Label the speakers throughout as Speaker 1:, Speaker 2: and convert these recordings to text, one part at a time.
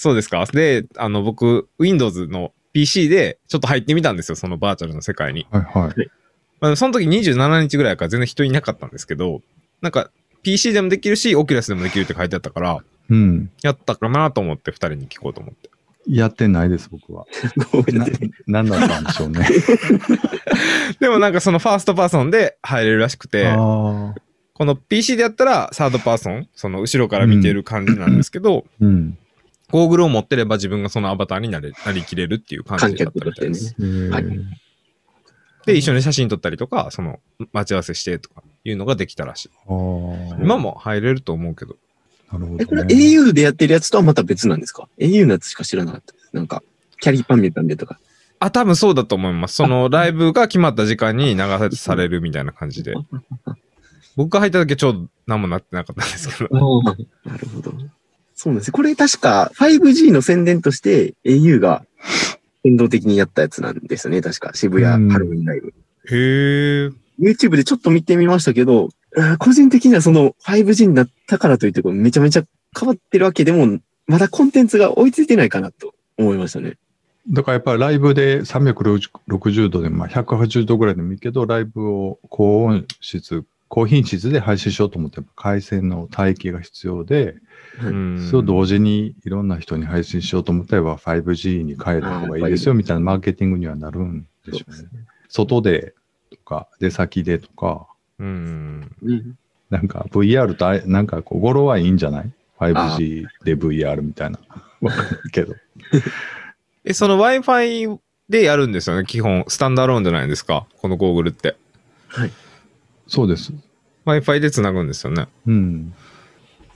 Speaker 1: そうですか。で、あの、僕、Windows の PC でちょっと入ってみたんですよ、そのバーチャルの世界に。
Speaker 2: はいはい。
Speaker 1: まあ、その時27日ぐらいから全然人いなかったんですけど、なんか PC でもできるし、オキュラスでもできるって書いてあったから、
Speaker 2: うん。
Speaker 1: やったかなと思って2人に聞こうと思って。
Speaker 2: やってないです、僕は。
Speaker 3: ごめんな
Speaker 2: な
Speaker 3: さい。
Speaker 2: なんだったんでしょうね。
Speaker 1: でもなんかそのファーストパーソンで入れるらしくて、
Speaker 2: ああ。
Speaker 1: この PC でやったらサードパーソン、その後ろから見てる感じなんですけど、
Speaker 2: うん。
Speaker 1: ゴーグルを持ってれば自分がそのアバターになれなりきれるっていう感
Speaker 3: 観
Speaker 1: じだっ
Speaker 3: 客
Speaker 1: た
Speaker 3: と
Speaker 1: み
Speaker 3: したて
Speaker 1: い
Speaker 3: ね
Speaker 1: で。す。
Speaker 2: えー
Speaker 3: はい
Speaker 1: で、一緒に写真撮ったりとか、その待ち合わせしてとかいうのができたらしい。
Speaker 2: あー
Speaker 1: 今も入れると思うけど、
Speaker 2: なるほ
Speaker 3: え、これ
Speaker 2: ど、ね。
Speaker 3: au でやってるやつとはまた別なんですか ?au のやつしか知らなかったです。なんか、キャリーパンみたいなとか。
Speaker 1: あ、多分そうだと思います。そのライブが決まった時間に流されるみたいな感じで。僕が入った時はちょうど何もなってなかったんですけど。
Speaker 3: なるほど。そうなんですよこれ確か 5G の宣伝として au が先導的にやったやつなんですよね。確か渋
Speaker 2: うん
Speaker 3: 谷ハロウィンライブ。
Speaker 1: へえ。
Speaker 3: YouTube でちょっと見てみましたけど、あー個人的にはその 5G になったからといって、こうめちゃめちゃ変わってるわけでも、まだコンテンツが追いついてないかなと思いましたね。
Speaker 2: だからやっぱりライブで360度で、まあ、180度ぐらいでもいいけど、ライブを高音質、高品質で配信しようと思っても、回線の帯域が必要で、
Speaker 1: うん
Speaker 2: それを同時にいろんな人に配信しようと思ったら 5G に変えた方がいいですよみたいなマーケティングにはなるんでしょうね。外でとか出先でとか、
Speaker 1: うん。
Speaker 3: うん
Speaker 2: なんか VR とあいなんかこう語呂はいいんじゃない ?5G で VR みたいな。わかんないけど。
Speaker 1: え、その Wi-Fi でやるんですよね、基本。スタンドアローンじゃないですか。このゴーグルって。
Speaker 2: そうです。
Speaker 1: Wi-Fi で繋ぐんですよね。
Speaker 2: うん。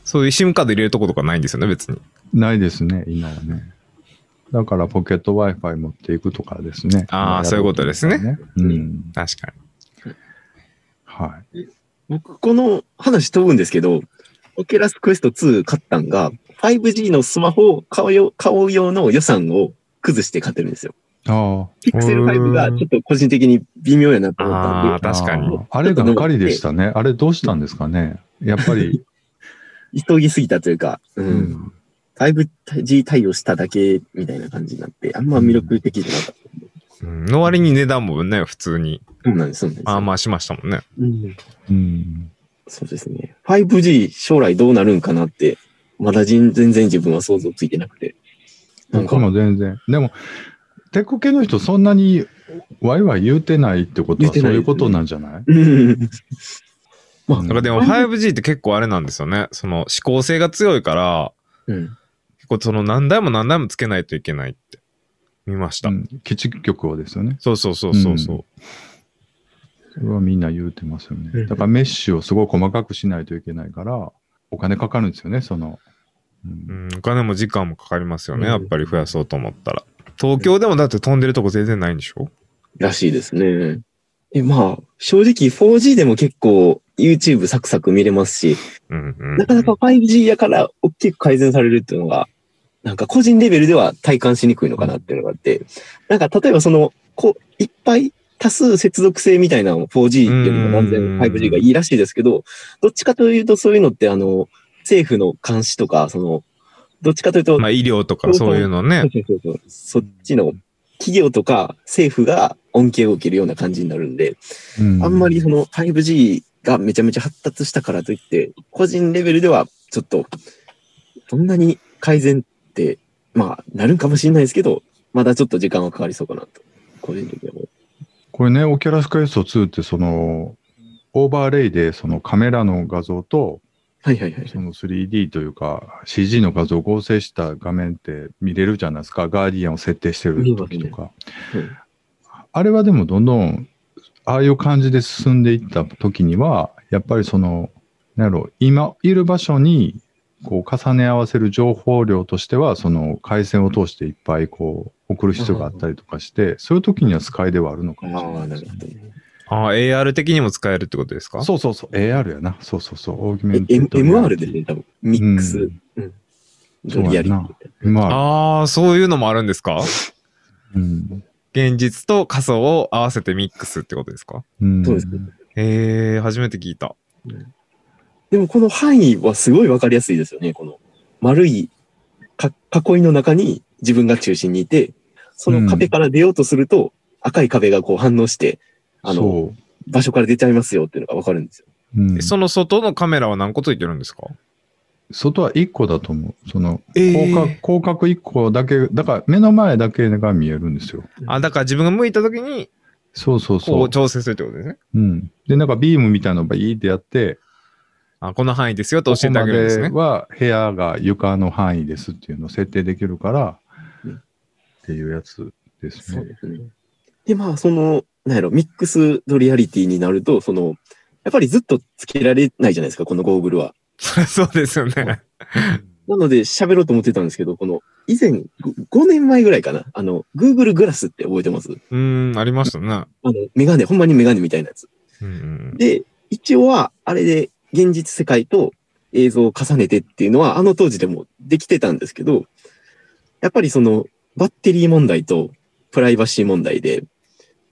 Speaker 1: そういう SIM カード入れるとことかないんですよね、別に。
Speaker 2: ないですね、今はね。だからポケット Wi-Fi 持っていくとかですね。
Speaker 1: あーそういうことですね。
Speaker 2: うん。
Speaker 1: 確か
Speaker 2: はい。
Speaker 3: 僕、この話飛ぶんですけど、オケラスクエスト2買ったんが、5G のスマホを買うよ買おう用の予算を崩して買ってるんですよ。
Speaker 2: あ
Speaker 3: ピクセル5がちょっと個人的に微妙やなと思ったん
Speaker 1: あ
Speaker 3: で、
Speaker 1: 確かに
Speaker 2: あーあれがっかりでしたね。あれどうしたんですかね。やっぱ り、
Speaker 3: 急ぎすぎたというか、う、
Speaker 2: うんん
Speaker 3: 5G 対応しただけみたいな感じになって、あんま魅力的じゃなかった。
Speaker 1: に。うん、の割に値段もね、普通に。
Speaker 3: そうなんです、そうなんです。
Speaker 1: まあまあしましたもんね。
Speaker 3: うん
Speaker 2: うん
Speaker 3: そうですね。5G 将来どうなるんかなって、まだ人全然自分は想像ついてなくて。なん
Speaker 2: 僕
Speaker 3: か、
Speaker 2: も全然。でも、テック系の人、そんなにワイワイ言うてないってこと
Speaker 3: 言
Speaker 2: は、
Speaker 3: うて
Speaker 2: そ
Speaker 3: な
Speaker 2: う
Speaker 3: い
Speaker 2: い
Speaker 3: ですね
Speaker 2: うことなんじゃない
Speaker 3: うんまあ
Speaker 2: う
Speaker 1: だ
Speaker 2: ん
Speaker 1: からでも 5G って結構あれなんですよね。その指向性が強いから、
Speaker 3: うん。
Speaker 1: 結構その何台も何台もつけないといけないって見ました。
Speaker 2: うん基地局をですよね。
Speaker 1: そうそうそうそうそう。
Speaker 2: それはみんな言うてますよ
Speaker 3: う
Speaker 2: ね。
Speaker 3: ん
Speaker 2: だからメッシュをすごい細かくしないといけないから、お金かかるんですよね、その。う
Speaker 1: うんん、お金も時間もかかりますよね。
Speaker 3: うん
Speaker 1: やっぱり増やそうと思ったら。東京でもだって飛んでるとこ全然ないんでしょ
Speaker 3: らしいですね。え、まあ、正直 4G でも結構 YouTube サクサク見れますし、
Speaker 1: うんうん。
Speaker 3: なか なか 5G やから大きく改善されるっていうのが、なんか個人レベルでは体感しにくいのかなっていうのがあって、なんか例えばその、こう、いっぱい多数接続性みたいなのも 4G よりも何
Speaker 1: うん
Speaker 3: 千 5G がいいらしいですけど、どっちかというとそういうのってあの、政府の監視とか、その、どっちかというと、
Speaker 1: まあ医療とかそういうのね。
Speaker 3: そうそうそうそっちの企業とか政府が恩恵を受けるような感じになるんで、あんまりその 5G がめちゃめちゃ発達したからといって、個人レベルではちょっと、そんなに改善って、まあ、なるんかもしれないですけど、まだちょっと時間はかかりそうかなと、個人的には思う。
Speaker 2: これね、オキュラスクエスト2って、その、オーバーレイでそのカメラの画像と、
Speaker 3: はいはいはい。
Speaker 2: その 3D というか CG の画像を合成した画面って見れるじゃないですか、ガーディアンを設定してる時とか。
Speaker 3: 見れますね
Speaker 2: あれはでもどんどん、ああいう感じで進んでいった時には、やっぱりその、なんやろう、今いる場所にこう重ね合わせる情報量としては、その回線を通していっぱいこう送る必要があったりとかして、そういう時には使いではあるのかもしれ
Speaker 3: あ
Speaker 2: な
Speaker 3: あ、
Speaker 2: い
Speaker 3: な
Speaker 2: です
Speaker 3: る
Speaker 2: よ
Speaker 3: ほ
Speaker 2: ね
Speaker 3: どね。
Speaker 1: ああ、AR 的にも使えるってことですか
Speaker 2: そうそうそう、AR やな。そうそうそう、オーギュメン
Speaker 3: え
Speaker 2: テッド
Speaker 3: MR ですね、多分。ミック
Speaker 2: う
Speaker 3: ス
Speaker 2: ん、
Speaker 3: ドリアリティみたいな。
Speaker 2: MR。
Speaker 1: ああ、そういうのもあるんですか
Speaker 2: うん
Speaker 1: 現実と仮想を合わせてミックスってことですか
Speaker 2: うん
Speaker 3: そうですね
Speaker 1: ええー、初めて聞いた。
Speaker 3: でもこの範囲はすごいわかりやすいですよね。この丸いか囲いの中に自分が中心にいて、その壁から出ようとすると、赤い壁がこう反応して、あの、
Speaker 2: そ
Speaker 3: 場所から出ちゃいますよっていうのがわかるんですよ。
Speaker 2: う。うん
Speaker 1: え、その外のカメラは何個ついてるんですか
Speaker 2: 外は1個だと思う。その、
Speaker 1: え
Speaker 2: 広角、広角1個だけ、だから目の前だけが見えるんですよ。
Speaker 1: あ、だから自分が向いた時に、
Speaker 2: そうそうそ
Speaker 1: こ
Speaker 2: う
Speaker 1: う。調整するってことですね。
Speaker 2: うん。で、なんかビームみたいなのをバイーってやって、
Speaker 1: あ、この範囲ですよと
Speaker 2: こ
Speaker 1: 教え
Speaker 2: こ
Speaker 1: てあ
Speaker 2: ま
Speaker 1: げるんです
Speaker 2: で
Speaker 1: ね。
Speaker 2: は部屋が床の範囲ですっていうのを設定できるから、
Speaker 3: うん
Speaker 2: っていうやつですね。
Speaker 3: すね。で、まあ、その、なんやろ、ミックスドリアリティになると、その、やっぱりずっとつけられないじゃないですか、このゴーグルは。
Speaker 1: そうですよね。
Speaker 3: なので、喋ろうと思ってたんですけど、この、以前、ご5年前ぐらいかな、あの、Google グラスって覚えてます
Speaker 1: うーん、ありましたね。
Speaker 3: あの、メガネ、ほんまにメガネみたいなやつ。
Speaker 1: うんうん、
Speaker 3: で、一応は、あれで、現実世界と映像を重ねてっていうのは、あの当時でもできてたんですけど、やっぱりその、バッテリー問題とプライバシー問題で、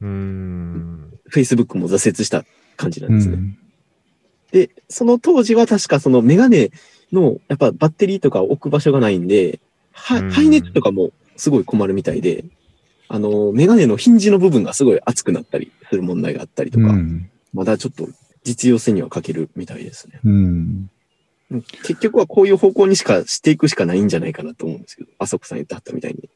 Speaker 1: うーん。
Speaker 3: Facebook も挫折した感じなん
Speaker 2: う
Speaker 3: ですね。
Speaker 2: ん。
Speaker 3: で、その当時は確かそのメガネの、やっぱバッテリーとか置く場所がないんで、は
Speaker 1: うん
Speaker 3: ハイネットとかもすごい困るみたいで、あの、メガネのヒンジの部分がすごい熱くなったりする問題があったりと
Speaker 2: う
Speaker 3: か、
Speaker 2: ん。
Speaker 3: まだちょっと実用性には欠けるみたいですね。
Speaker 2: うん。
Speaker 3: 結局はこういう方向にしかしていくしかないんじゃないかなと思うんですけど、あそこさん言ってはったみたいに。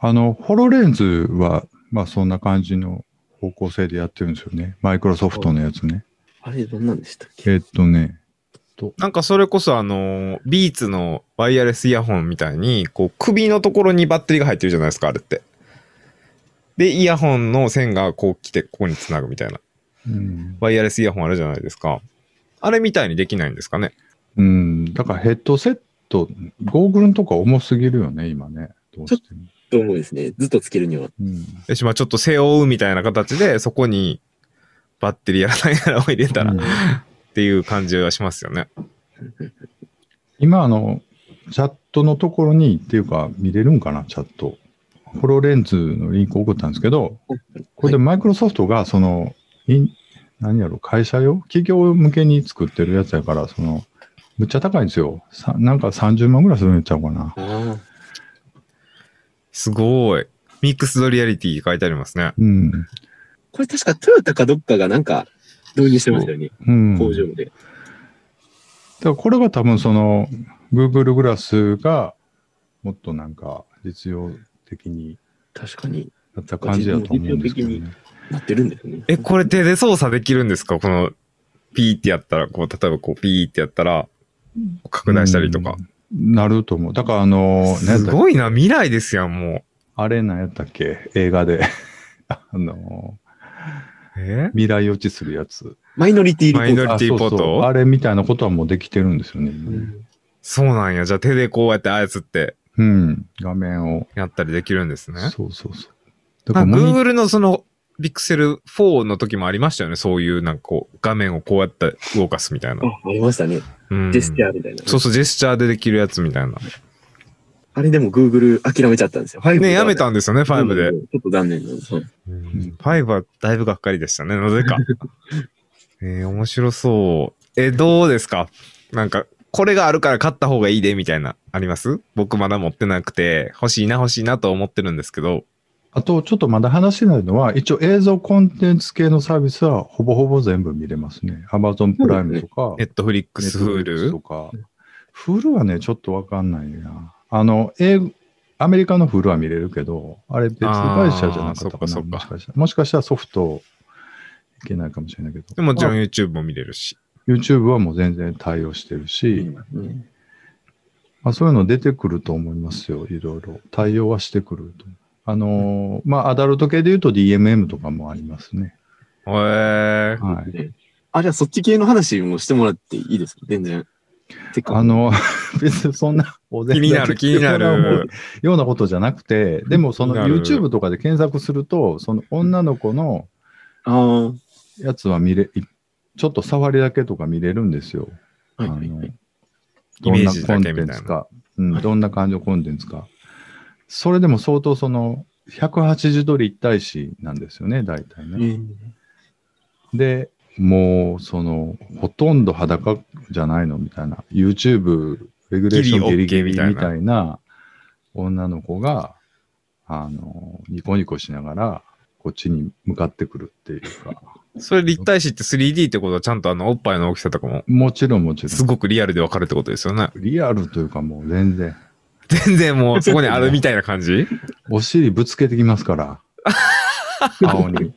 Speaker 2: あの、ホロレンズは、まあそんな感じの方向性でやってるんですよね。マイクロソフトのやつね。
Speaker 3: あれ、どんなんでしたっけ
Speaker 2: えっとね、
Speaker 1: なんかそれこそあの、ビーツのワイヤレスイヤホンみたいに、こう首のところにバッテリーが入ってるじゃないですか、あれって。で、イヤホンの線がこう来て、ここにつなぐみたいな。
Speaker 2: うん、
Speaker 1: ワイヤレスイヤホンあるじゃないですか。あれみたいにできないんですかね。
Speaker 2: うん。だからヘッドセット、ゴーグルのとか重すぎるよね、今ね。どうしても。
Speaker 3: と思うんですね。ずっとつけるには。
Speaker 2: うん
Speaker 1: えしまあちょっと背負うみたいな形で、そこにバッテリーやらないやらを入れたら
Speaker 2: う
Speaker 1: っ
Speaker 2: ん
Speaker 1: ていう感じはしますよね。
Speaker 2: 今、あの、チャットのところに、っていうか、見れるんかな、チャット。ホロレンズのリンクを送ったんですけど、これでマイクロソフトが、その、いん何やろ、会社用企業向けに作ってるやつやから、その、むっちゃ高いんですよ。さなんか30万ぐらいするんやっちゃうかな。
Speaker 3: あ
Speaker 1: すごい。ミックスドリアリティ書いてありますね。
Speaker 2: うん。
Speaker 3: これ確かトヨタかどっかがなんか導入してましたよね。
Speaker 2: うん。
Speaker 3: 工場で。
Speaker 2: だからこれが多分その Google グラスがもっとなんか実用的に
Speaker 3: 確かに
Speaker 2: なった感じだと思うんですけど、
Speaker 3: 実用
Speaker 2: ね、
Speaker 3: なってるんですね。
Speaker 1: え、これ手で操作できるんですかこの、ピーってやったら、こう、例えばこう、ピーってやったら、拡大したりとか。
Speaker 2: なると思う。だからあの、何やっ
Speaker 1: す
Speaker 2: たっけ
Speaker 1: ごいな、未来ですやん、も
Speaker 2: あれなんやったっけ映画で。 あの、
Speaker 1: う。え
Speaker 2: 未来予知するやつ。
Speaker 3: マイノリティリポ
Speaker 1: マイ
Speaker 3: ー
Speaker 1: ノ
Speaker 3: ト。
Speaker 1: リティポー
Speaker 2: あそうそう
Speaker 1: ト
Speaker 2: あれみたいなことはもうできてるんですよね。今
Speaker 3: う
Speaker 2: ね
Speaker 3: ん
Speaker 1: そうなんや。じゃあ手でこうやって操って
Speaker 2: うん。画面を。
Speaker 1: やったりできるんですね。
Speaker 2: そうそうそう。だから
Speaker 1: なんか
Speaker 2: モニ
Speaker 1: Google のその、ピクセル4の時もありましたよね。そういう、なんかこう、画面をこうやって動かすみたいな。
Speaker 3: あありましたね。
Speaker 1: うん
Speaker 3: ジェスチャーみたいな。
Speaker 1: そうそう、ジェスチャーでできるやつみたいな。
Speaker 3: あれでも Google 諦めちゃったんですよ。5
Speaker 1: ね、やめたんですよね、5で。
Speaker 3: ちょっと残念なんです。はい
Speaker 1: うん5はだいぶがっかりでしたね、なぜか。 えー、面白そう。え、どうですかなんか、これがあるから買った方がいいで、みたいな、あります僕まだ持ってなくて、欲しいな、欲しいなと思ってるんですけど。
Speaker 2: あと、ちょっとまだ話してないのは、一応映像コンテンツ系のサービスはほぼほぼ全部見れますね。Amazon プライムとか、
Speaker 1: ネットフリックス、フー
Speaker 2: Netflix と
Speaker 1: ル。
Speaker 2: か。フールはね、ちょっとわかんないな。あの、英語、アメリカのフールは見れるけど、あれ別会社じゃなか
Speaker 1: あー
Speaker 2: ったか
Speaker 1: そ
Speaker 2: な。
Speaker 1: っかそっか
Speaker 2: もしかしたらもしかしたらソフトいけないかもしれないけど。
Speaker 1: でもちろん
Speaker 2: まあ
Speaker 1: YouTube も見れるし。
Speaker 2: YouTube はもう全然対応してるし、
Speaker 3: うん
Speaker 2: まあ、そういうの出てくると思いますよ、いろいろ。対応はしてくると。あのーまあ、アダルト系で言うと DMM とかもありますね。
Speaker 1: へえ ー。
Speaker 2: はい。
Speaker 3: あ、じゃあそっち系の話もしてもらっていいですか全然。てか
Speaker 2: あ、の、 別にそんな、
Speaker 1: 気になる、 気になる。。
Speaker 2: ようなことじゃなくて、でもその
Speaker 1: 気になる
Speaker 2: YouTube とかで検索すると、その女の子の
Speaker 3: あー
Speaker 2: やつは見れ、いちょっと触りだけとか見れるんですよ。あ
Speaker 3: はいは
Speaker 2: の
Speaker 3: いはい。
Speaker 1: イ
Speaker 2: ど
Speaker 1: メ
Speaker 2: ん
Speaker 1: ー
Speaker 2: な
Speaker 1: ジ
Speaker 2: コ
Speaker 1: だ
Speaker 2: ン
Speaker 1: け
Speaker 2: テ
Speaker 1: み
Speaker 2: ン
Speaker 1: たい
Speaker 2: ツ
Speaker 1: な。
Speaker 2: か、うん、
Speaker 3: はい
Speaker 2: どんな感情コンテンツか。それでも相当その、180度立体視なんですよね、大体ね。
Speaker 3: うん
Speaker 2: で、もう、その、ほとんど裸じゃないのみたいな。YouTube レギュレーションギリギ
Speaker 1: ギリ
Speaker 2: リ
Speaker 1: OK み
Speaker 2: み
Speaker 1: た
Speaker 2: たいな女の子が、あの、ニコニコしながら、こっちに向かってくるっていうか、
Speaker 1: それ立体視って 3D ってことはちゃんとあのおっぱいの大きさとかも
Speaker 2: もちろんもち
Speaker 1: す
Speaker 2: ろん、
Speaker 1: ごくリアルでわかるってことですよね。
Speaker 2: リアルというかもう全然、
Speaker 1: 全然もうそこにあるみたいな感じ
Speaker 2: お尻ぶつけてきます から、顔に。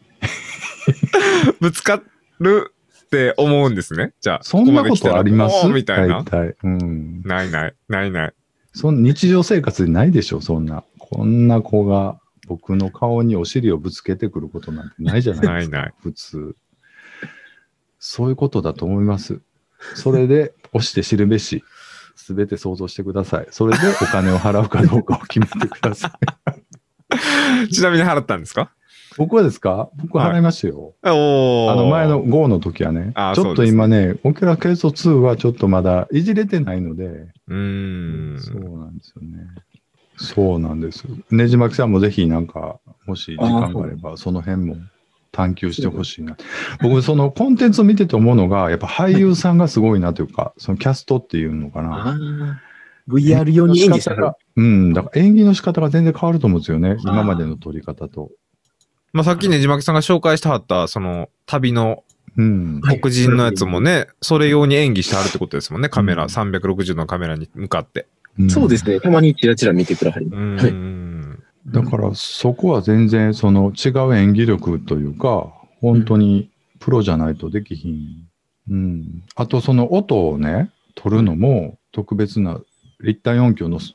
Speaker 1: ぶつかるって思うんですね。じゃあ。
Speaker 2: そんなことありま
Speaker 1: ここ
Speaker 2: す
Speaker 1: まで来たらおーみ
Speaker 2: 大体。うん。
Speaker 1: たいな。ないない、ないない。
Speaker 2: そん日常生活でないでしょ、そんな。こんな子が僕の顔にお尻をぶつけてくることなんてないじゃない
Speaker 1: な
Speaker 2: で
Speaker 1: い
Speaker 2: すか。
Speaker 1: ない。
Speaker 2: 普通。そういうことだと思います。そ れで、押して知るべし、すべて想像してください。それでお金を払うかどうかを決めてく ださい。
Speaker 1: ちなみに払ったんですか
Speaker 2: 僕はですか僕は払いましたよ。
Speaker 1: おー。
Speaker 2: あの前の GO の時はね
Speaker 1: あ、ー
Speaker 2: ちょっと今ね、オキュラケイソ2はちょっとまだいじれてないので、
Speaker 1: うーん。
Speaker 2: そうなんですよね。そうなんです。ねじまきさんもぜひなんか、もし時間があれば、その辺も探求してほしいな。僕、そのコンテンツを見てて思うのが、やっぱ俳優さんがすごいなというか、そのキャストっていうのかな。
Speaker 3: ああ、VR 用に演技したら、
Speaker 2: うん、だから演技の仕方が全然変わると思うんですよね。今までの撮り方と。
Speaker 1: まあさっきね、じまきさんが紹介してはった、その、旅の
Speaker 2: うん。
Speaker 3: はい
Speaker 1: 黒人のやつもね、それ用に演技してはるってことですもんね。カメラ、
Speaker 2: うん
Speaker 1: 360のカメラに向かって。
Speaker 2: ん
Speaker 3: そうですね。たまにチラチラ見てくださり
Speaker 1: う。ーん。
Speaker 2: だからそこは全然その違う演技力というか、本当にプロじゃないとできひん。うん。あとその音をね、取るのも特別な立体音響のす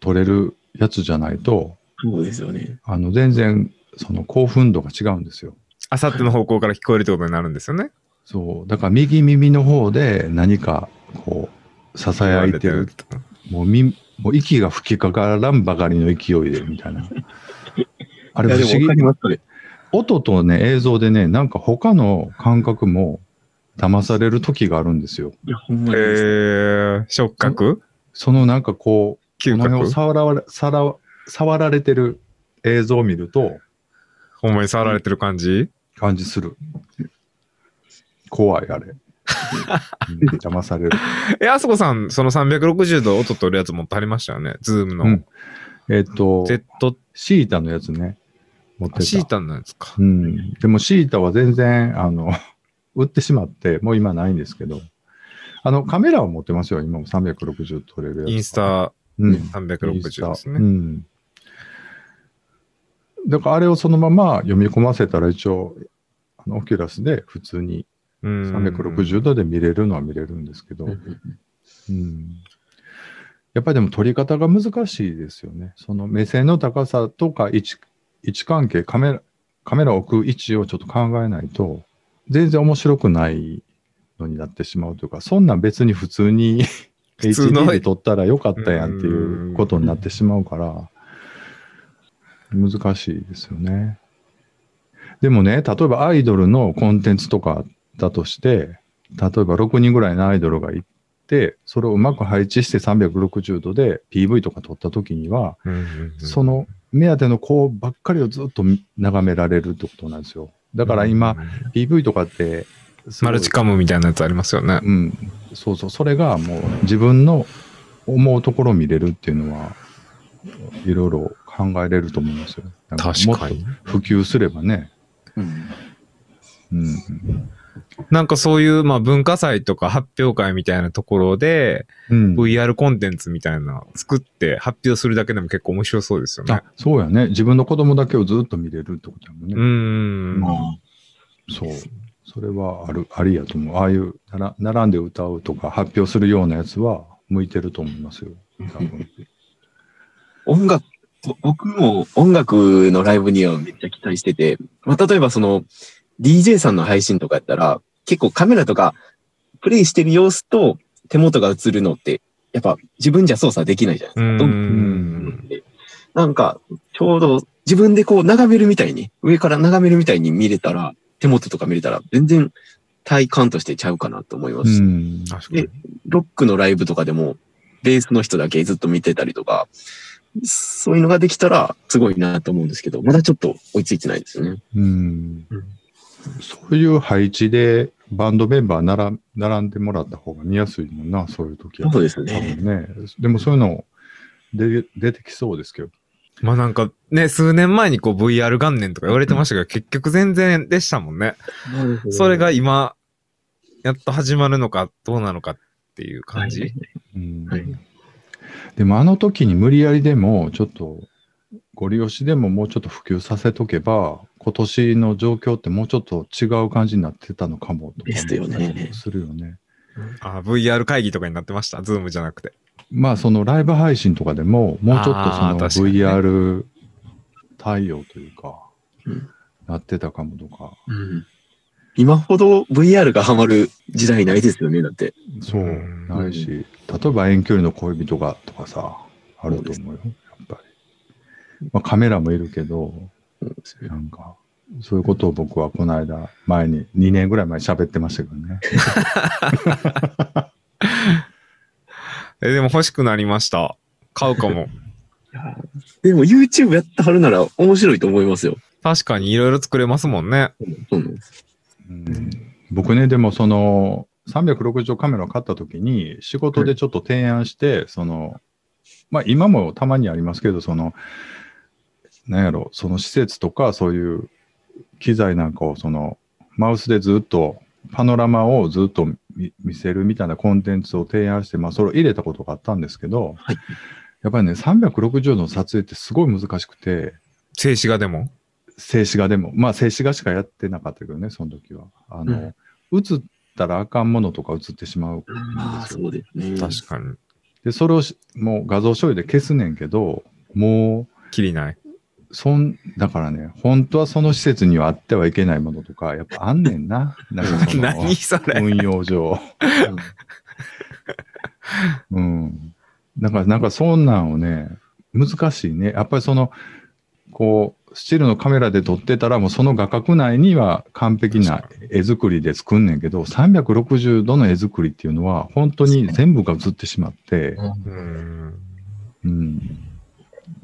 Speaker 2: 取れるやつじゃないと、
Speaker 3: そうですよね。
Speaker 2: あの全然その興奮度が違うんですよ。
Speaker 1: あさっての方向から聞こえるってことになるんですよね。
Speaker 2: そう。だから右耳の方で何かこう、囁いてる。もうみ、もう息が吹きかからんばかりの勢いでみたいな。あ
Speaker 3: い
Speaker 2: れ
Speaker 3: や、
Speaker 2: 不
Speaker 3: で
Speaker 2: 思議
Speaker 3: もわか。ります、それ。
Speaker 2: 音とね、映像でね、なんか他の感覚も騙される時があるんですよ。
Speaker 3: いや、ほん
Speaker 1: え
Speaker 3: まに。
Speaker 1: ー、触覚
Speaker 2: そのなんかこう、
Speaker 1: 嗅
Speaker 2: お前を
Speaker 1: 覚
Speaker 2: 触られさら触られてる映像を見ると
Speaker 1: ほんまに触られてる感じ
Speaker 2: 感じする。怖い、あれ。うん騙される。
Speaker 1: え、あそこさん、その360度音取るやつ持ってはりましたよね。ズームの。
Speaker 2: うんえっ、と、
Speaker 1: Z、
Speaker 2: シータのやつね、持ってた。
Speaker 1: シータなんですか。
Speaker 2: うん。でもシータは全然、あの、 売ってしまって、もう今ないんですけど、あの、カメラは持ってますよ、今も360撮れるやつは。
Speaker 1: インスタ
Speaker 2: うん。
Speaker 1: 360です
Speaker 2: う
Speaker 1: ね。
Speaker 2: ん。だからあれをそのまま読み込ませたら一応、あのオキュラスで普通に
Speaker 1: うん
Speaker 2: 360度で見れるのは見れるんですけど、
Speaker 3: う
Speaker 2: うん
Speaker 3: ん
Speaker 2: やっぱりでも撮り方が難しいですよね。その目線の高さとか位置位置関係、カメラ、カメラを置く位置をちょっと考えないと、全然面白くないのになってしまうというか、そんなん別に普通に
Speaker 1: 普通の
Speaker 2: HD で撮ったらよかったやんっていうことになってしまうから、難しいですよね。でもね、例えばアイドルのコンテンツとかだとして、例えば6人ぐらいのアイドルがいて、それをうまく配置して360度で PV とか撮った時には、
Speaker 1: うんうんうん
Speaker 2: その目当ての子ばっかりをずっと眺められるってことなんですよ。だから今、
Speaker 1: うん
Speaker 2: PV とかって、すご
Speaker 1: マ
Speaker 2: い
Speaker 1: ルチカムみたいなやつありますよね。
Speaker 2: うん、そうそう、それがもう自分の思うところを見れるっていうのは、いろいろ考えれると思いますよ。なん
Speaker 1: 確か
Speaker 2: もっ
Speaker 1: に。
Speaker 2: と普及すればね。
Speaker 3: うん
Speaker 2: うん、
Speaker 1: なんかそういう、まあ文化祭とか発表会みたいなところで、
Speaker 2: うん
Speaker 1: VR コンテンツみたいなの作って発表するだけでも結構面白そうですよね
Speaker 2: あ。そうやね。自分の子供だけをずっと見れるってことやもんね。
Speaker 1: うーん。
Speaker 3: ま
Speaker 2: そう。それはある、ありやと思う。ああいうなら、並んで歌うとか発表するようなやつは向いてると思いますよ。多分
Speaker 3: 音楽、僕も音楽のライブにはめっちゃ期待してて、まあ、例えばその DJ さんの配信とかやったら、結構カメラとかプレイしてる様子と手元が映るのって、やっぱ自分じゃ操作できないじゃないうですか。どんどん
Speaker 1: ん。
Speaker 3: でなんか、ちょうど自分でこう眺めるみたいに、上から眺めるみたいに見れたら、手元とか見れたら、全然体感としてちゃうかなと思いま
Speaker 2: う
Speaker 3: すし。
Speaker 2: ん。
Speaker 1: 確かに。
Speaker 3: ロックのライブとかでも、ベースの人だけずっと見てたりとか、そういうのができたらすごいなと思うんですけど、まだちょっと追いついてないですよね。
Speaker 2: うん
Speaker 3: うん。
Speaker 2: そういう配置でバンドメンバーなら並んでもらった方が見やすいもんな、そういう時は。
Speaker 3: そうで
Speaker 2: 多
Speaker 3: すね。
Speaker 2: 分ね。でもそういうので出てきそうですけど。
Speaker 1: まあなんかね、数年前にこう VR 元年とか言われてましたけど、結局全然でしたもんね。それが今、やっと始まるのかどうなのかっていう感じ。
Speaker 3: はい
Speaker 2: うん
Speaker 3: はい
Speaker 2: でもあの時に無理やりでもちょっとご利用しでももうちょっと普及させとけば今年の状況ってもうちょっと違う感じになってたのかもとか
Speaker 3: ですよね
Speaker 2: 思ったりもするよね。
Speaker 1: あ VR 会議とかになってました。ズームじゃなくて。
Speaker 2: まあそのライブ配信とかでももうちょっとそ
Speaker 1: あー
Speaker 2: の
Speaker 1: 確かにね
Speaker 2: VR 対応というか
Speaker 3: うん
Speaker 2: なってたかもとか
Speaker 3: うん今ほど VR がハマる時代ないですよね、だって。
Speaker 2: そう
Speaker 1: うん
Speaker 2: ないし例えば遠距離の恋人がとかさあると思うよやっぱり。まあカメラもいるけどなんか、そういうことを僕はこの間、前に、2年ぐらい前に喋ってましたけどね。
Speaker 1: え、でも欲しくなりました。買うかも。
Speaker 3: いやでも YouTube やってはるなら面白いと思いますよ。
Speaker 1: 確かにいろいろ作れますもんね。
Speaker 3: そうなんです。
Speaker 2: うん僕ね、でもその、360カメラを買った時に、仕事でちょっと提案して、その、まあ今もたまにありますけど、その、なんやろ、その施設とかそういう機材なんかを、その、マウスでずっと、パノラマをずっと見見せるみたいなコンテンツを提案して、まあそれを入れたことがあったんですけど、
Speaker 3: はい
Speaker 2: やっぱりね、360の撮影ってすごい難しくて、
Speaker 1: 静止画でも。
Speaker 2: 静止画でも、まあ静止画しかやってなかったけどね、その時は。あの、映ったらあかんものとか映ってしまう。
Speaker 3: まあ、そうですね。
Speaker 1: 確かに。
Speaker 2: で、それをしもう画像処理で消すねんけど、も
Speaker 1: きりない。
Speaker 2: う、そん、だからね、本当はその施設にはあってはいけないものとか、やっぱあんねんな。なんかその
Speaker 1: 何それ。
Speaker 2: 運用上。
Speaker 3: うん
Speaker 2: うん。だから、なんかそんなんをね、難しいね。やっぱりその、こう、スチールのカメラで撮ってたら、もうその画角内には完璧な絵作りで作んねんけど、360度の絵作りっていうのは、本当に全部が映ってしまって、
Speaker 1: うーん。
Speaker 2: うん。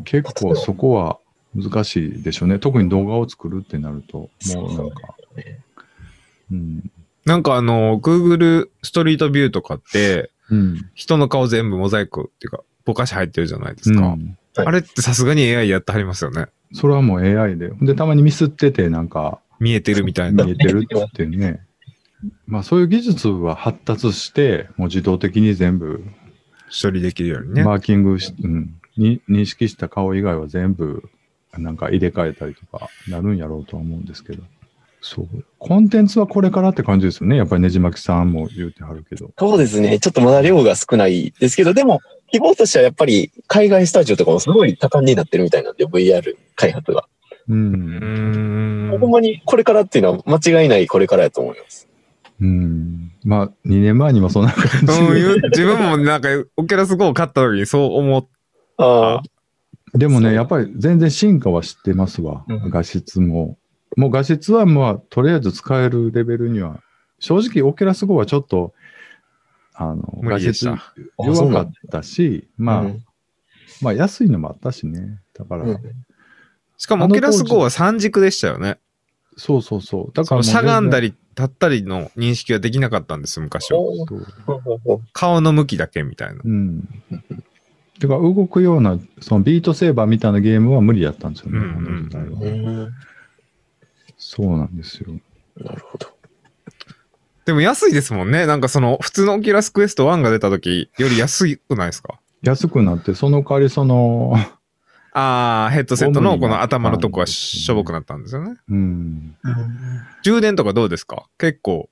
Speaker 2: 結構そこは難しいでしょうね。特に動画を作るってなると、もうなんか、うん。
Speaker 1: なんかあの、Google ストリートビューとかって、
Speaker 2: うん。
Speaker 1: 人の顔全部モザイクっていうか、ぼかし入ってるじゃないですか。
Speaker 2: うん
Speaker 1: あれってさすがに AI やってはりますよね。
Speaker 2: それはもう AI で。で、たまにミスってて、なんか、
Speaker 1: 見えてるみたいな。
Speaker 2: 見えてるっていうね。まあそういう技術は発達して、もう自動的に全部、
Speaker 1: 処理できるようにね。
Speaker 2: マーキングし、うん、に認識した顔以外は全部、なんか入れ替えたりとかなるんやろうとは思うんですけど。そう。コンテンツはこれからって感じですよね。やっぱりねじまきさんも言うてはるけど。
Speaker 3: そうですね。ちょっとまだ量が少ないですけど、でも、希望としてはやっぱり海外スタジオとかもすごい盛んになってるみたいなんで、VR 開発が。
Speaker 2: う
Speaker 1: うー
Speaker 2: ん。
Speaker 1: ん。
Speaker 3: ほんまにこれからっていうのは間違いないこれからやと思います。
Speaker 2: うん。まあ、2年前にもそんな感じ
Speaker 1: うん
Speaker 2: で。
Speaker 1: 言う自分もなんか、オキャラス GO を買った時にそう思っ
Speaker 3: ああ、
Speaker 2: でも
Speaker 3: そ
Speaker 2: ね、
Speaker 3: う
Speaker 2: やっぱり全然進化は知ってますわ、
Speaker 3: うん
Speaker 2: 画質も。もう画質はまあ、とりあえず使えるレベルには、正直、オキュラス GO はちょっと、あの、
Speaker 1: 無
Speaker 2: 画
Speaker 1: 理で
Speaker 2: 質
Speaker 1: した
Speaker 2: 弱かったし、まあ、
Speaker 3: うん
Speaker 2: まあ安いのもあったしね。だから、
Speaker 3: うん
Speaker 1: しかも
Speaker 2: あ
Speaker 1: オ
Speaker 2: の
Speaker 1: キュラス
Speaker 2: 当時
Speaker 1: GO は三軸でしたよね。
Speaker 2: そうそうそう。だ
Speaker 1: そ
Speaker 2: から
Speaker 1: の
Speaker 2: もう全
Speaker 1: しゃ
Speaker 2: 然、
Speaker 1: がんだり立ったりの認識はできなかったんです、昔は。
Speaker 2: そう。
Speaker 1: 顔の向きだけみたいな。
Speaker 2: うん。てか、動くような、そのビートセーバーみたいなゲームは無理だったんですよね、
Speaker 1: うんうんうん
Speaker 2: あの時
Speaker 3: う
Speaker 2: 代は。
Speaker 3: ん
Speaker 2: そうなんですよ。
Speaker 3: なるほど。
Speaker 1: でも安いですもんね。なんかその、普通のオキュラスクエスト1が出た時より安くないですか
Speaker 2: 安くなって、その代わり、その、
Speaker 1: あー、ヘッドセット
Speaker 2: ゴ
Speaker 1: の
Speaker 2: ム
Speaker 1: こ
Speaker 2: に
Speaker 1: の
Speaker 2: なったんですね
Speaker 1: 頭のとこはしょぼくなったんですよね。
Speaker 2: うん。
Speaker 1: 充電とかどうですか結構、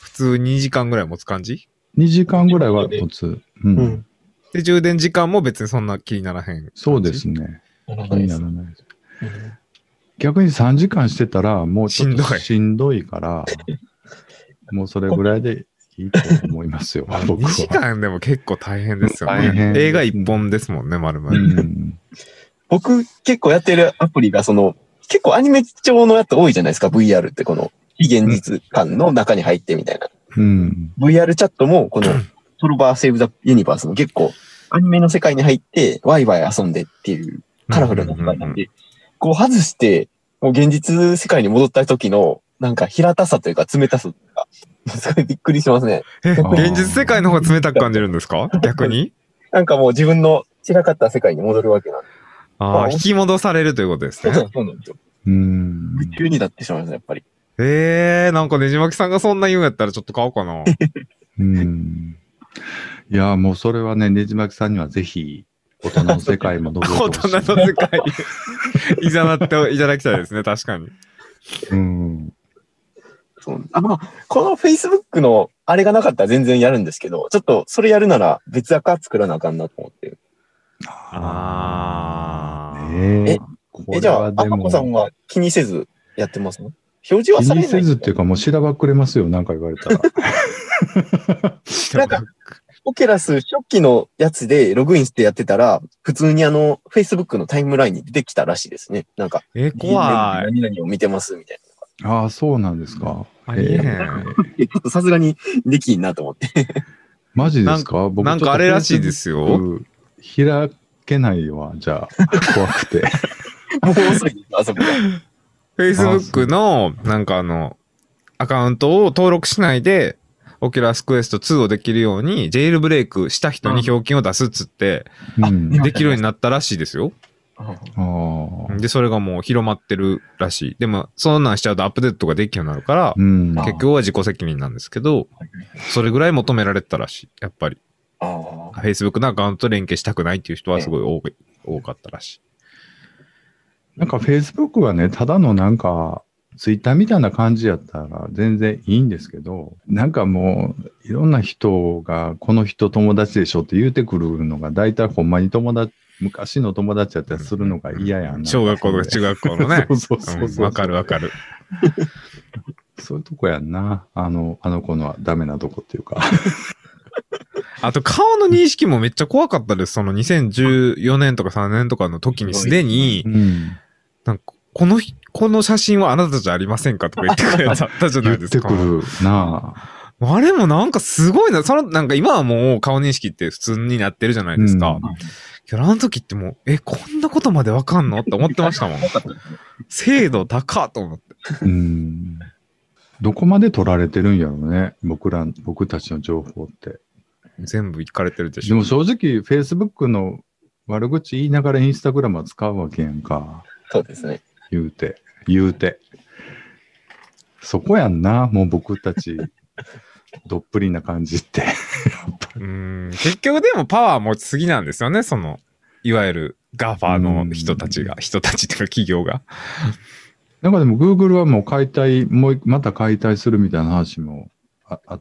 Speaker 1: 普通2時間ぐらい持つ感じ
Speaker 2: 2時間ぐらいは持つ。うん。
Speaker 3: うん
Speaker 1: で、充電時間も別にそんな気にならへん感じ。
Speaker 2: そうですね。
Speaker 3: なる
Speaker 2: 気にならないです。逆に3時間してたら、もうちょっと
Speaker 1: しんどい
Speaker 2: しんど いから、もうそれぐらいでいいと思いますよ、僕
Speaker 1: 2時
Speaker 2: は。
Speaker 1: 間でも結構大変ですよ
Speaker 2: 大変
Speaker 1: ね。映画1本ですもんね、丸
Speaker 2: う
Speaker 1: 々。
Speaker 2: ん。
Speaker 3: 僕結構やってるアプリがその結構アニメ調のやつ多いじゃないですか VR ってこの非現実感の中に入ってみたいな、
Speaker 2: うん。
Speaker 3: VR チャットもこのトロバーセーブ・ザ・ユニバースも結構アニメの世界に入ってワイワイ遊んでっていうカラフルな世界なんで、こう外してもう現実世界に戻った時のなんか平たさというか冷たさというか、すごいびっくりしますね。
Speaker 1: え、
Speaker 3: あ
Speaker 2: ー
Speaker 1: 現実世界の方が冷たく感じるんです か逆に
Speaker 3: なんかもう自分の散らかった世界に戻るわけなんで。
Speaker 1: あ
Speaker 3: あ
Speaker 1: あ、引き戻されるということです
Speaker 3: そう
Speaker 1: ね。
Speaker 3: そうなんですよ。
Speaker 2: うん。
Speaker 3: 夢中になってしまいますね、やっぱり。
Speaker 1: ええー、なんかねじまきさんがそんな言うんやったらちょっと買おうかな。
Speaker 2: うん。いや、もうそれはね、ねじまきさんにはぜひ、大人の世界も覗い て
Speaker 1: 大
Speaker 2: ほしい。
Speaker 1: 人の世界に いざなっていただきたいですね、確かに。
Speaker 2: うん。
Speaker 3: そうあまあ、この Facebook のあれがなかったら全然やるんですけど、ちょっとそれやるなら別アカ作らなあかんなと思って。
Speaker 1: あー
Speaker 2: ね
Speaker 3: え
Speaker 2: こ
Speaker 3: え、
Speaker 2: れ
Speaker 3: じゃあ、
Speaker 2: は
Speaker 3: あ
Speaker 2: で
Speaker 3: ま
Speaker 2: も
Speaker 3: こさんは気にせずやってます表示は
Speaker 2: 気
Speaker 3: され
Speaker 2: に
Speaker 3: ない。
Speaker 2: せずっていうか、もうしらばっくれますよ、なんか言われたら。
Speaker 3: なんかオケラス初期のやつでログインしてやってたら、普通にあの、Facebook のタイムラインに出てきたらしいですね。なんか、
Speaker 1: え、怖い。
Speaker 3: 何々を見てますみたい
Speaker 2: ああ、そうなんですか。
Speaker 1: ありえへ
Speaker 2: え
Speaker 1: ん。
Speaker 3: な。ちょっとさすがにできんなと 思って。
Speaker 2: マジですか僕
Speaker 1: なんかあれらしいです
Speaker 2: ち
Speaker 1: よ。
Speaker 2: ょっと開けないわ、じゃあ。怖く て。
Speaker 3: もう遅いです、あそこが。
Speaker 1: Facebook の、なんかあの、アカウントを登録しないで、オキュラスクエスト2をできるように、ジェイルブレイクした人に表金を出すっつって、
Speaker 2: う
Speaker 3: あ
Speaker 2: ん
Speaker 3: う。ん
Speaker 1: できるようになったらしいですよ。
Speaker 2: あー
Speaker 1: で、それがもう広まってるらしい。でも、そんなんしちゃうとアップデートができるようになるから
Speaker 2: う、ん。
Speaker 1: 結局は自己責任なんですけど、それぐらい求められてたらしい。やっぱり。
Speaker 3: ああ。
Speaker 1: Facebook のアカウント連携したくないっていう人はすごい多い多かったらしい。
Speaker 2: なんか Facebook はね、ただのなんか、ツイッターみたいな感じやったら全然いいんですけど、なんかもう、いろんな人が、この人友達でしょって言うてくるのが、大体ほんまに友達、昔の友達やったりするのが嫌やな。
Speaker 1: 小学校とか中学校のね
Speaker 2: 。そうそうそう
Speaker 1: う
Speaker 2: そ
Speaker 1: ん
Speaker 2: う。
Speaker 1: わかるわかる。
Speaker 2: そういうとこやんな。あの、あの子のダメなとこっていうか。
Speaker 1: あと顔の認識もめっちゃ怖かったです。その2014年とか3年とかの時にすでに
Speaker 2: う、ん。
Speaker 1: なんかこの日、この写真はあなたじゃありませんかとか言ってくるやつあったじゃな
Speaker 2: 言っ
Speaker 1: いです
Speaker 2: て
Speaker 1: か
Speaker 2: く。るなあ。
Speaker 1: あれもなんかすごいな。その、なんか今はもう顔認識って普通になってるじゃないですか。
Speaker 2: うん
Speaker 1: いやあの時ってもう、え、こんなことまでわかんのって思ってましたもん。精度高っと思って。
Speaker 2: うん。どこまで取られてるんやろうね。僕ら、僕たちの情報って。
Speaker 1: 全部いかれてるでし
Speaker 2: で
Speaker 1: ょ。
Speaker 2: も正直、Facebook の悪口言いながら Instagram は使うわけやんか。
Speaker 3: そうですね。
Speaker 2: 言うて、言うて。そこやんな、もう僕たち、 どっぷりな感じって。
Speaker 1: うーん。結局でもパワー持ちすぎなんですよね、その、いわゆる GAFA の人たちが、人たちっていうか企業が。
Speaker 2: なんかでも Google はもう解体、もうまた解体するみたいな話も、ああ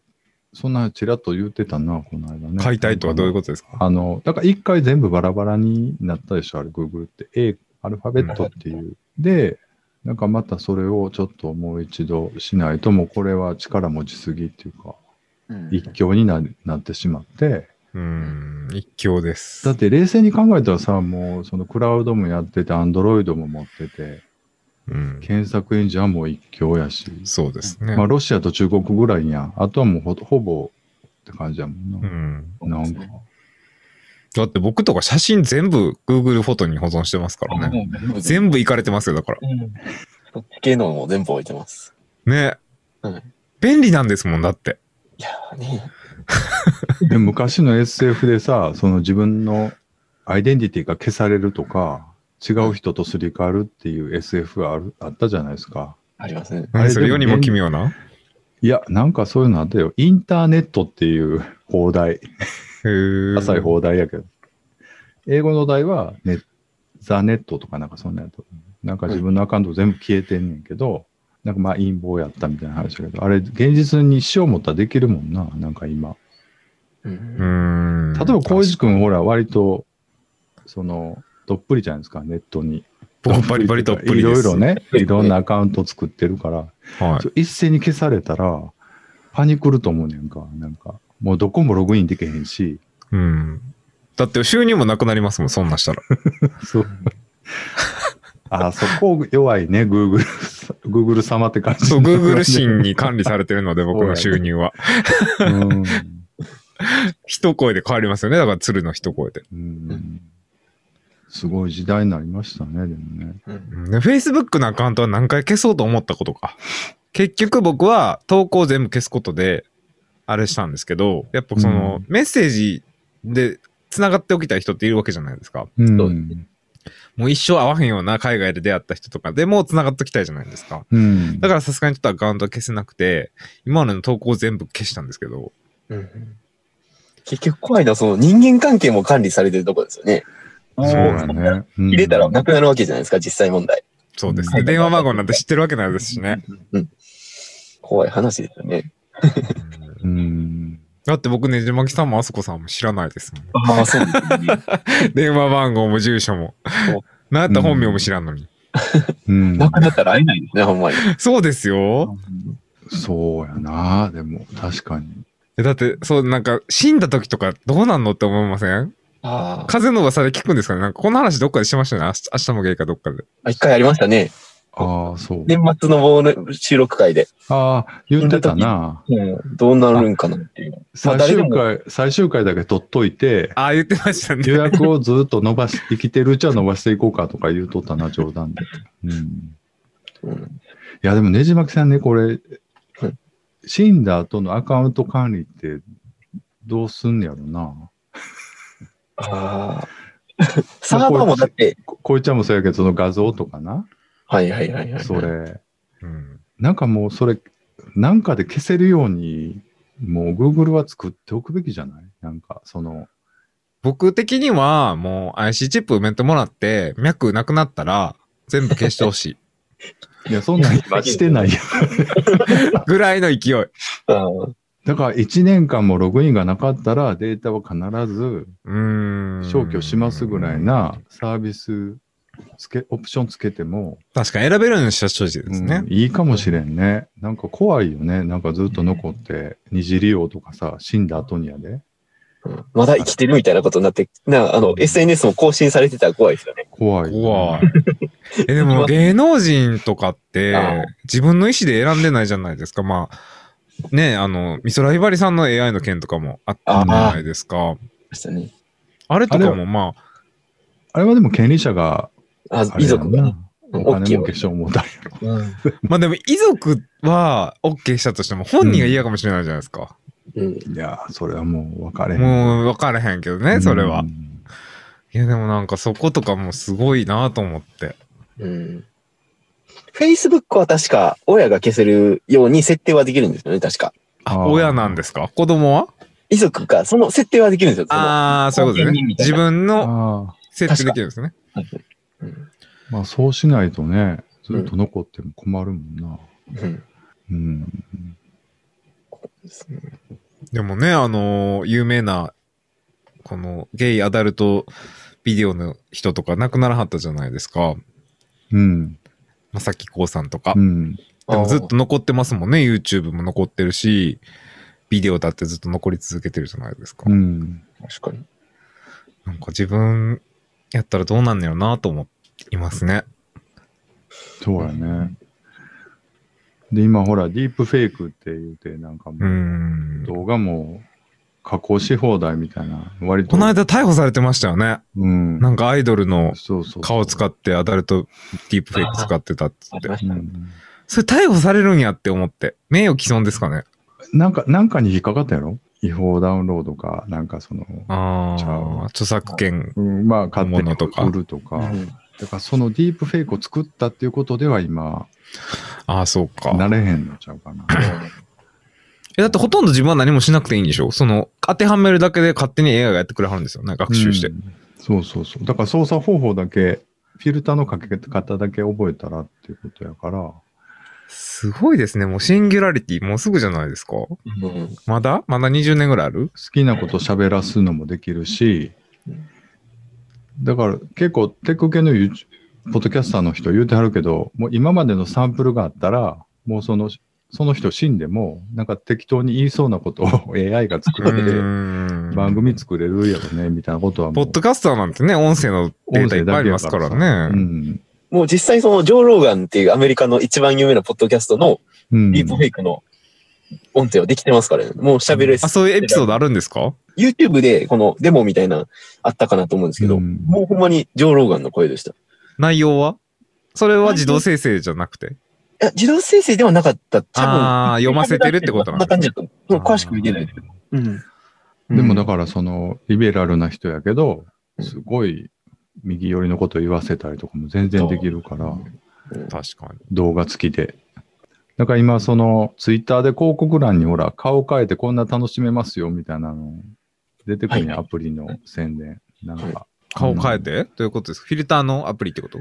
Speaker 2: そんなちらっと言ってたな、この間ね。
Speaker 1: 解体とはどういうことですか
Speaker 2: あの、だから一回全部バラバラになったでしょ、あれ、Google って。A、アルファベットっていう。で、なんかまたそれをちょっともう一度しないと、もうこれは力持ちすぎっていうか、
Speaker 3: うん
Speaker 2: 一強にななってしまって。
Speaker 1: うーん、一強です
Speaker 2: だ。って冷静に考えたらさ、もうそのクラウドもやってて、アンドロイドも持ってて、
Speaker 1: うん。
Speaker 2: 検索エンジンはもう一強やし、
Speaker 1: そうですね。
Speaker 2: まあロシアと中国ぐらいやん。あとはもうほほぼって感じやもん
Speaker 1: う
Speaker 2: な。
Speaker 1: ん。
Speaker 2: なんか、
Speaker 1: だって僕とか写真全部 Google フォトに保存してますからね。
Speaker 3: うん
Speaker 1: 全部いかれてますよ、だから。
Speaker 3: うんそっち系のも全部置いてます。
Speaker 1: ね。
Speaker 3: うん
Speaker 1: 便利なんですもんだって。
Speaker 3: いやーね。
Speaker 2: で昔の SF でさ、その自分のアイデンティティが消されるとか、違う人とすり替わるっていう SF があるあったじゃないですか。
Speaker 3: ありますね。
Speaker 2: あれ
Speaker 1: 何それ
Speaker 2: でも
Speaker 1: 世にも奇妙ない
Speaker 2: や、なんかそういうのあったよ。インターネットっていう放題。
Speaker 1: 浅
Speaker 2: 浅い放題やけど。英語の題はネ、ザネットとかなんかそんなんやと。なんか自分のアカウント全部消えてんねんけど、なんかまあ陰謀やったみたいな話だけど、あれ現実にしようもったらできるもんな、なんか今。
Speaker 1: う
Speaker 3: う
Speaker 1: ー
Speaker 3: ん
Speaker 1: ん。
Speaker 2: 例えば、浩二君、ほら、割と、その、どっぷりじゃないですか、ネットに。
Speaker 1: 僕バリバリどっぷりで
Speaker 2: いろ
Speaker 1: す。
Speaker 2: いろ。ね、いろんなアカウント作ってるから、
Speaker 1: は
Speaker 2: ちょ一斉に消されたら、パニクると思うねんか、なんか。もうどこもログインできへんし、
Speaker 1: い。うん。だって収入もなくなりますもん、そんなん したら。
Speaker 2: そう。あ、そこ弱いね、Google、Google 様って感じ。
Speaker 1: そう、Google 神に管理されてるので、僕の収入は。
Speaker 2: うん。
Speaker 1: 一声で変わりますよね。だから、鶴の一声で。
Speaker 2: うん。すごい時代になりましたね、でもね。
Speaker 3: うん
Speaker 1: うんね Facebook のアカウントは何回消そうと思ったことか。結局僕は投稿全部消すことで、あれしたんですけど、やっぱその、
Speaker 2: うん
Speaker 1: メッセージで繋がっておきたい人っているわけじゃないですか。
Speaker 2: うん
Speaker 3: そう
Speaker 1: もう一生会わへんような海外で出会った人とかでも繋がっときたいじゃないですか。
Speaker 2: うん
Speaker 1: だからさすがにちょっとアカウントは消せなくて、今までの投稿全部消したんですけど、
Speaker 3: 結局怖いのはその人間関係も管理されてるとこですよね。
Speaker 2: そうだね。うん
Speaker 3: 入れたらなくなるわけじゃないですか、実際問題。
Speaker 1: そうです
Speaker 3: う
Speaker 1: ね。
Speaker 3: ん
Speaker 1: 電話番号なんて知ってるわけないですしね。
Speaker 3: 怖い話ですよね。
Speaker 2: うん。
Speaker 1: だって僕ねじまきさんもあそこさんも知らないですもん。
Speaker 3: ああ、そうですね。
Speaker 1: 電話番号も住所も
Speaker 3: そう。
Speaker 1: なんやったら本名も知らんのに。
Speaker 2: うん
Speaker 3: なくなったら会えないです ね、ほんまに。
Speaker 1: そうですよ。
Speaker 2: そうやな。でも、確かに。
Speaker 1: だって、そう、なんか、死んだ時とかどうなんのって思いません
Speaker 3: あー
Speaker 1: 風の噂で聞くんですかねなんか、この話どっかでしましたよね。明日明日もゲイかどっかで。
Speaker 3: あ、一回ありましたね。
Speaker 2: ああ、そう。
Speaker 3: 年末の忘年収録会で。
Speaker 2: ああ、言ってたな。
Speaker 3: うん、どうなるんかなっていう。まあ
Speaker 2: 最終回、最終回だけ取っとい て、
Speaker 1: ああ、言ってました
Speaker 2: 予
Speaker 1: ね。
Speaker 2: 約をずっと伸ばし、生きてるうちは伸ばしていこうかとか言うとったな、冗談で。うん。
Speaker 3: うん
Speaker 2: いや、でもねじまきさんね、これ
Speaker 3: はい、
Speaker 2: 死んだ後のアカウント管理ってどうすんねやろな。
Speaker 3: ああ。サーバーもだって。
Speaker 2: ここいちゃんもそうやけど、その画像とかな。
Speaker 3: はいはいはいはい。
Speaker 2: そ。れ。
Speaker 1: うん
Speaker 2: なんかもうそれ、なんかで消せるように、もう Google は作っておくべきじゃないなんか、その、
Speaker 1: 僕的には、もう IC チップ埋めてもらって、脈なくなったら、全部消してほし い。
Speaker 2: いや、そんなん今してないやん。
Speaker 1: ぐらいの勢い。
Speaker 3: うん。
Speaker 2: だから1年間もログインがなかったらデータは必ず
Speaker 1: うーん。
Speaker 2: 消去しますぐらい。なサービスつけ、オプションつけても、
Speaker 1: 確かに選べるようにした人事ですね
Speaker 2: うん。いいかもしれんね。なんか怖いよね。なんかずっと残って、二次利用とかさ、死んだ後にやで。
Speaker 3: まだ生きてるみたいなことになって、な、あの、SNS も更新されてたら怖いですよね。
Speaker 2: 怖い。
Speaker 1: 怖い。 え、でも芸能人とかって
Speaker 3: ああ、
Speaker 1: 自分の意思で選んでないじゃないですか。まあ、ねあの、美空ひばりさんの AI の件とかもあったじゃないですか。
Speaker 3: でしたね。
Speaker 1: あれとかもまあ、
Speaker 2: あれはでも権利者が、
Speaker 3: あ
Speaker 2: あ、れやん
Speaker 3: 遺族
Speaker 2: な
Speaker 3: がね。
Speaker 2: お金儲けしようもたんやろ。
Speaker 3: うん。
Speaker 1: まあでも遺族は OK したとしても本人が嫌かもしれないじゃないですか。
Speaker 3: うん。
Speaker 2: いやー、それはもう分かれへん。
Speaker 1: もう分からへんけど
Speaker 2: う
Speaker 1: ね、
Speaker 2: ん
Speaker 1: それは。。いやでもなんかそことかもすごいなと思って。
Speaker 3: うん。Facebook は確か、親が消せるように設定はできるんですよね、確か。
Speaker 1: あ、
Speaker 2: ああ
Speaker 1: 親なんですか子供は
Speaker 3: 遺族か、その設定はできるんですよ。その
Speaker 1: ああ、そういうこと
Speaker 3: 本
Speaker 1: ね
Speaker 3: 人。みたい
Speaker 1: 自
Speaker 3: な
Speaker 1: 分の
Speaker 2: あ
Speaker 1: 設定できるんですね。
Speaker 3: うん
Speaker 2: あ、まあそうしないとね、ずっと残っても困るもんな。
Speaker 3: うん
Speaker 2: うん。
Speaker 1: でもね、あのー有名な、このゲイアダルトビデオの人とか亡くならはったじゃないですか。
Speaker 2: うん。
Speaker 1: まさきこうさんとか
Speaker 2: う。ん。
Speaker 1: でもずっと残ってますもんね。YouTube も残ってるし、ビデオだってずっと残り続けてるじゃないですか。
Speaker 2: うん。
Speaker 3: あー確かに。
Speaker 1: なんか自分やったらどうなんのやろなと思いますね。
Speaker 2: そうやね。で、今ほら、ディープフェイクって言うて、なんか
Speaker 1: うー。
Speaker 2: もうん動画も加工し放題みたいな、割と。
Speaker 1: この間逮捕されてましたよね。
Speaker 2: うん。
Speaker 1: なんかアイドルの
Speaker 2: そうそう。
Speaker 1: 顔使
Speaker 2: っ
Speaker 1: ってアダルトディープフェイク使ってたっつって
Speaker 3: あ。
Speaker 2: う。
Speaker 3: うん
Speaker 1: それ逮捕されるんやって思って。名誉毀損ですかね。
Speaker 2: なんか、なんかに引っかかったやろ違法ダウンロードか、なんかその、
Speaker 1: あ
Speaker 2: ちゃう
Speaker 1: あ、著作権。
Speaker 2: うん、まあ、買って
Speaker 1: 本物とか
Speaker 2: 売るとか。
Speaker 3: うん
Speaker 2: だからそのディープフェイクを作ったっていうことでは今、
Speaker 1: ああ、そうか。
Speaker 2: なれへんのちゃうかな。
Speaker 1: え、だってほとんど自分は何もしなくていいんでしょその、当てはめるだけで勝手に AI がやってくれはるんですよね。学習して
Speaker 2: う。んそうそうそう。だから操作方法だけ、フィルターのかけ方だけ覚えたらっていうことやから、
Speaker 1: すごいですね。もうシンギュラリティもうすぐじゃないですか。
Speaker 3: うん
Speaker 1: まだまだ20年ぐらいある
Speaker 2: 好きなこと喋らすのもできるし
Speaker 3: うん、
Speaker 2: だから結構テック系の YouTube ポッドキャスターの人言うてはるけど、もう今までのサンプルがあったら、もうその、その人死んでも、なんか適当に言いそうなことを AI が作
Speaker 1: う
Speaker 2: って、
Speaker 1: ーん
Speaker 2: 番組作れるやろね、みたいなことはも
Speaker 1: ポ
Speaker 2: う
Speaker 1: ッドキャスターなんてね、音声のデータいっぱいありますからね。
Speaker 2: うん。
Speaker 3: もう実際そのジョー・ローガンっていうアメリカの一番有名なポッドキャストの
Speaker 2: うん
Speaker 3: ディープフェイクの音声はできてますからね。もう喋れ
Speaker 1: あ、そういうエピソードあるんですか
Speaker 3: YouTube でこのデモみたいなのあったかなと思うんですけど、
Speaker 2: うん
Speaker 3: もうほんまにジョー・ローガンの声でした。
Speaker 1: 内容はそれは自動生成じゃなくて。
Speaker 3: いや自動生成ではなかった。多分
Speaker 1: あー読ませてるってこと
Speaker 3: な
Speaker 1: なんん
Speaker 3: な
Speaker 1: だ
Speaker 3: 感じだと思う。詳しく見てないけど。うん。
Speaker 2: でもだ
Speaker 1: ら、
Speaker 2: からそのリベラルな人やけど、
Speaker 3: うん
Speaker 2: すごい右寄りのこと言わせたりとかも全然できるから、
Speaker 1: 確かに。
Speaker 2: 動画付きで。だから今そのツイッターで広告欄にほら顔変えてこんな楽しめますよみたいなの出てくるね、
Speaker 3: は
Speaker 2: アプリの宣伝。なんか
Speaker 1: 顔変えてどういうことですかフィルターのアプリってこと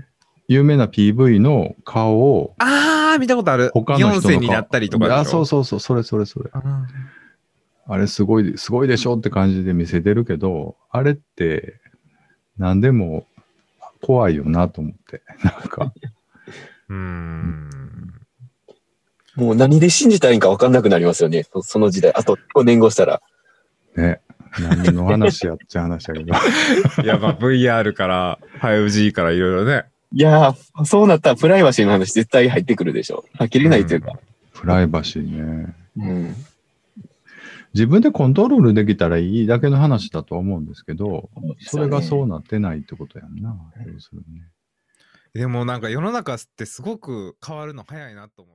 Speaker 2: 有名な PV の顔を
Speaker 1: あー、見たことある。
Speaker 2: 他の人の
Speaker 1: 4世
Speaker 2: 顔
Speaker 1: になったりとかでしょ。
Speaker 2: あ、そうそうそう、それそれそれ。
Speaker 1: あ
Speaker 2: あれすごい、すごいでしょって感じで見せてるけど、あれって何でも怖いよなと思って。 なんか、
Speaker 1: ー。うーん。
Speaker 3: もう何で信じたらいいんか分かんなくなりますよね。そその時代。あと5年後したら。
Speaker 2: ね、何の話やっちゃ話やけど。
Speaker 1: いや、まあ VR から、5G からいろいろね。
Speaker 3: いやー、そうなったらプライバシーの話絶対入ってくるでしょ。あきれないというか。
Speaker 2: プライバシーね。
Speaker 3: うん。
Speaker 2: 自分でコントロールできたらいいだけの話だと思うんですけど、それがそううなってないってことやんな。要するにね。
Speaker 1: でもなんか世の中ってすごく変わるの早いなと思って。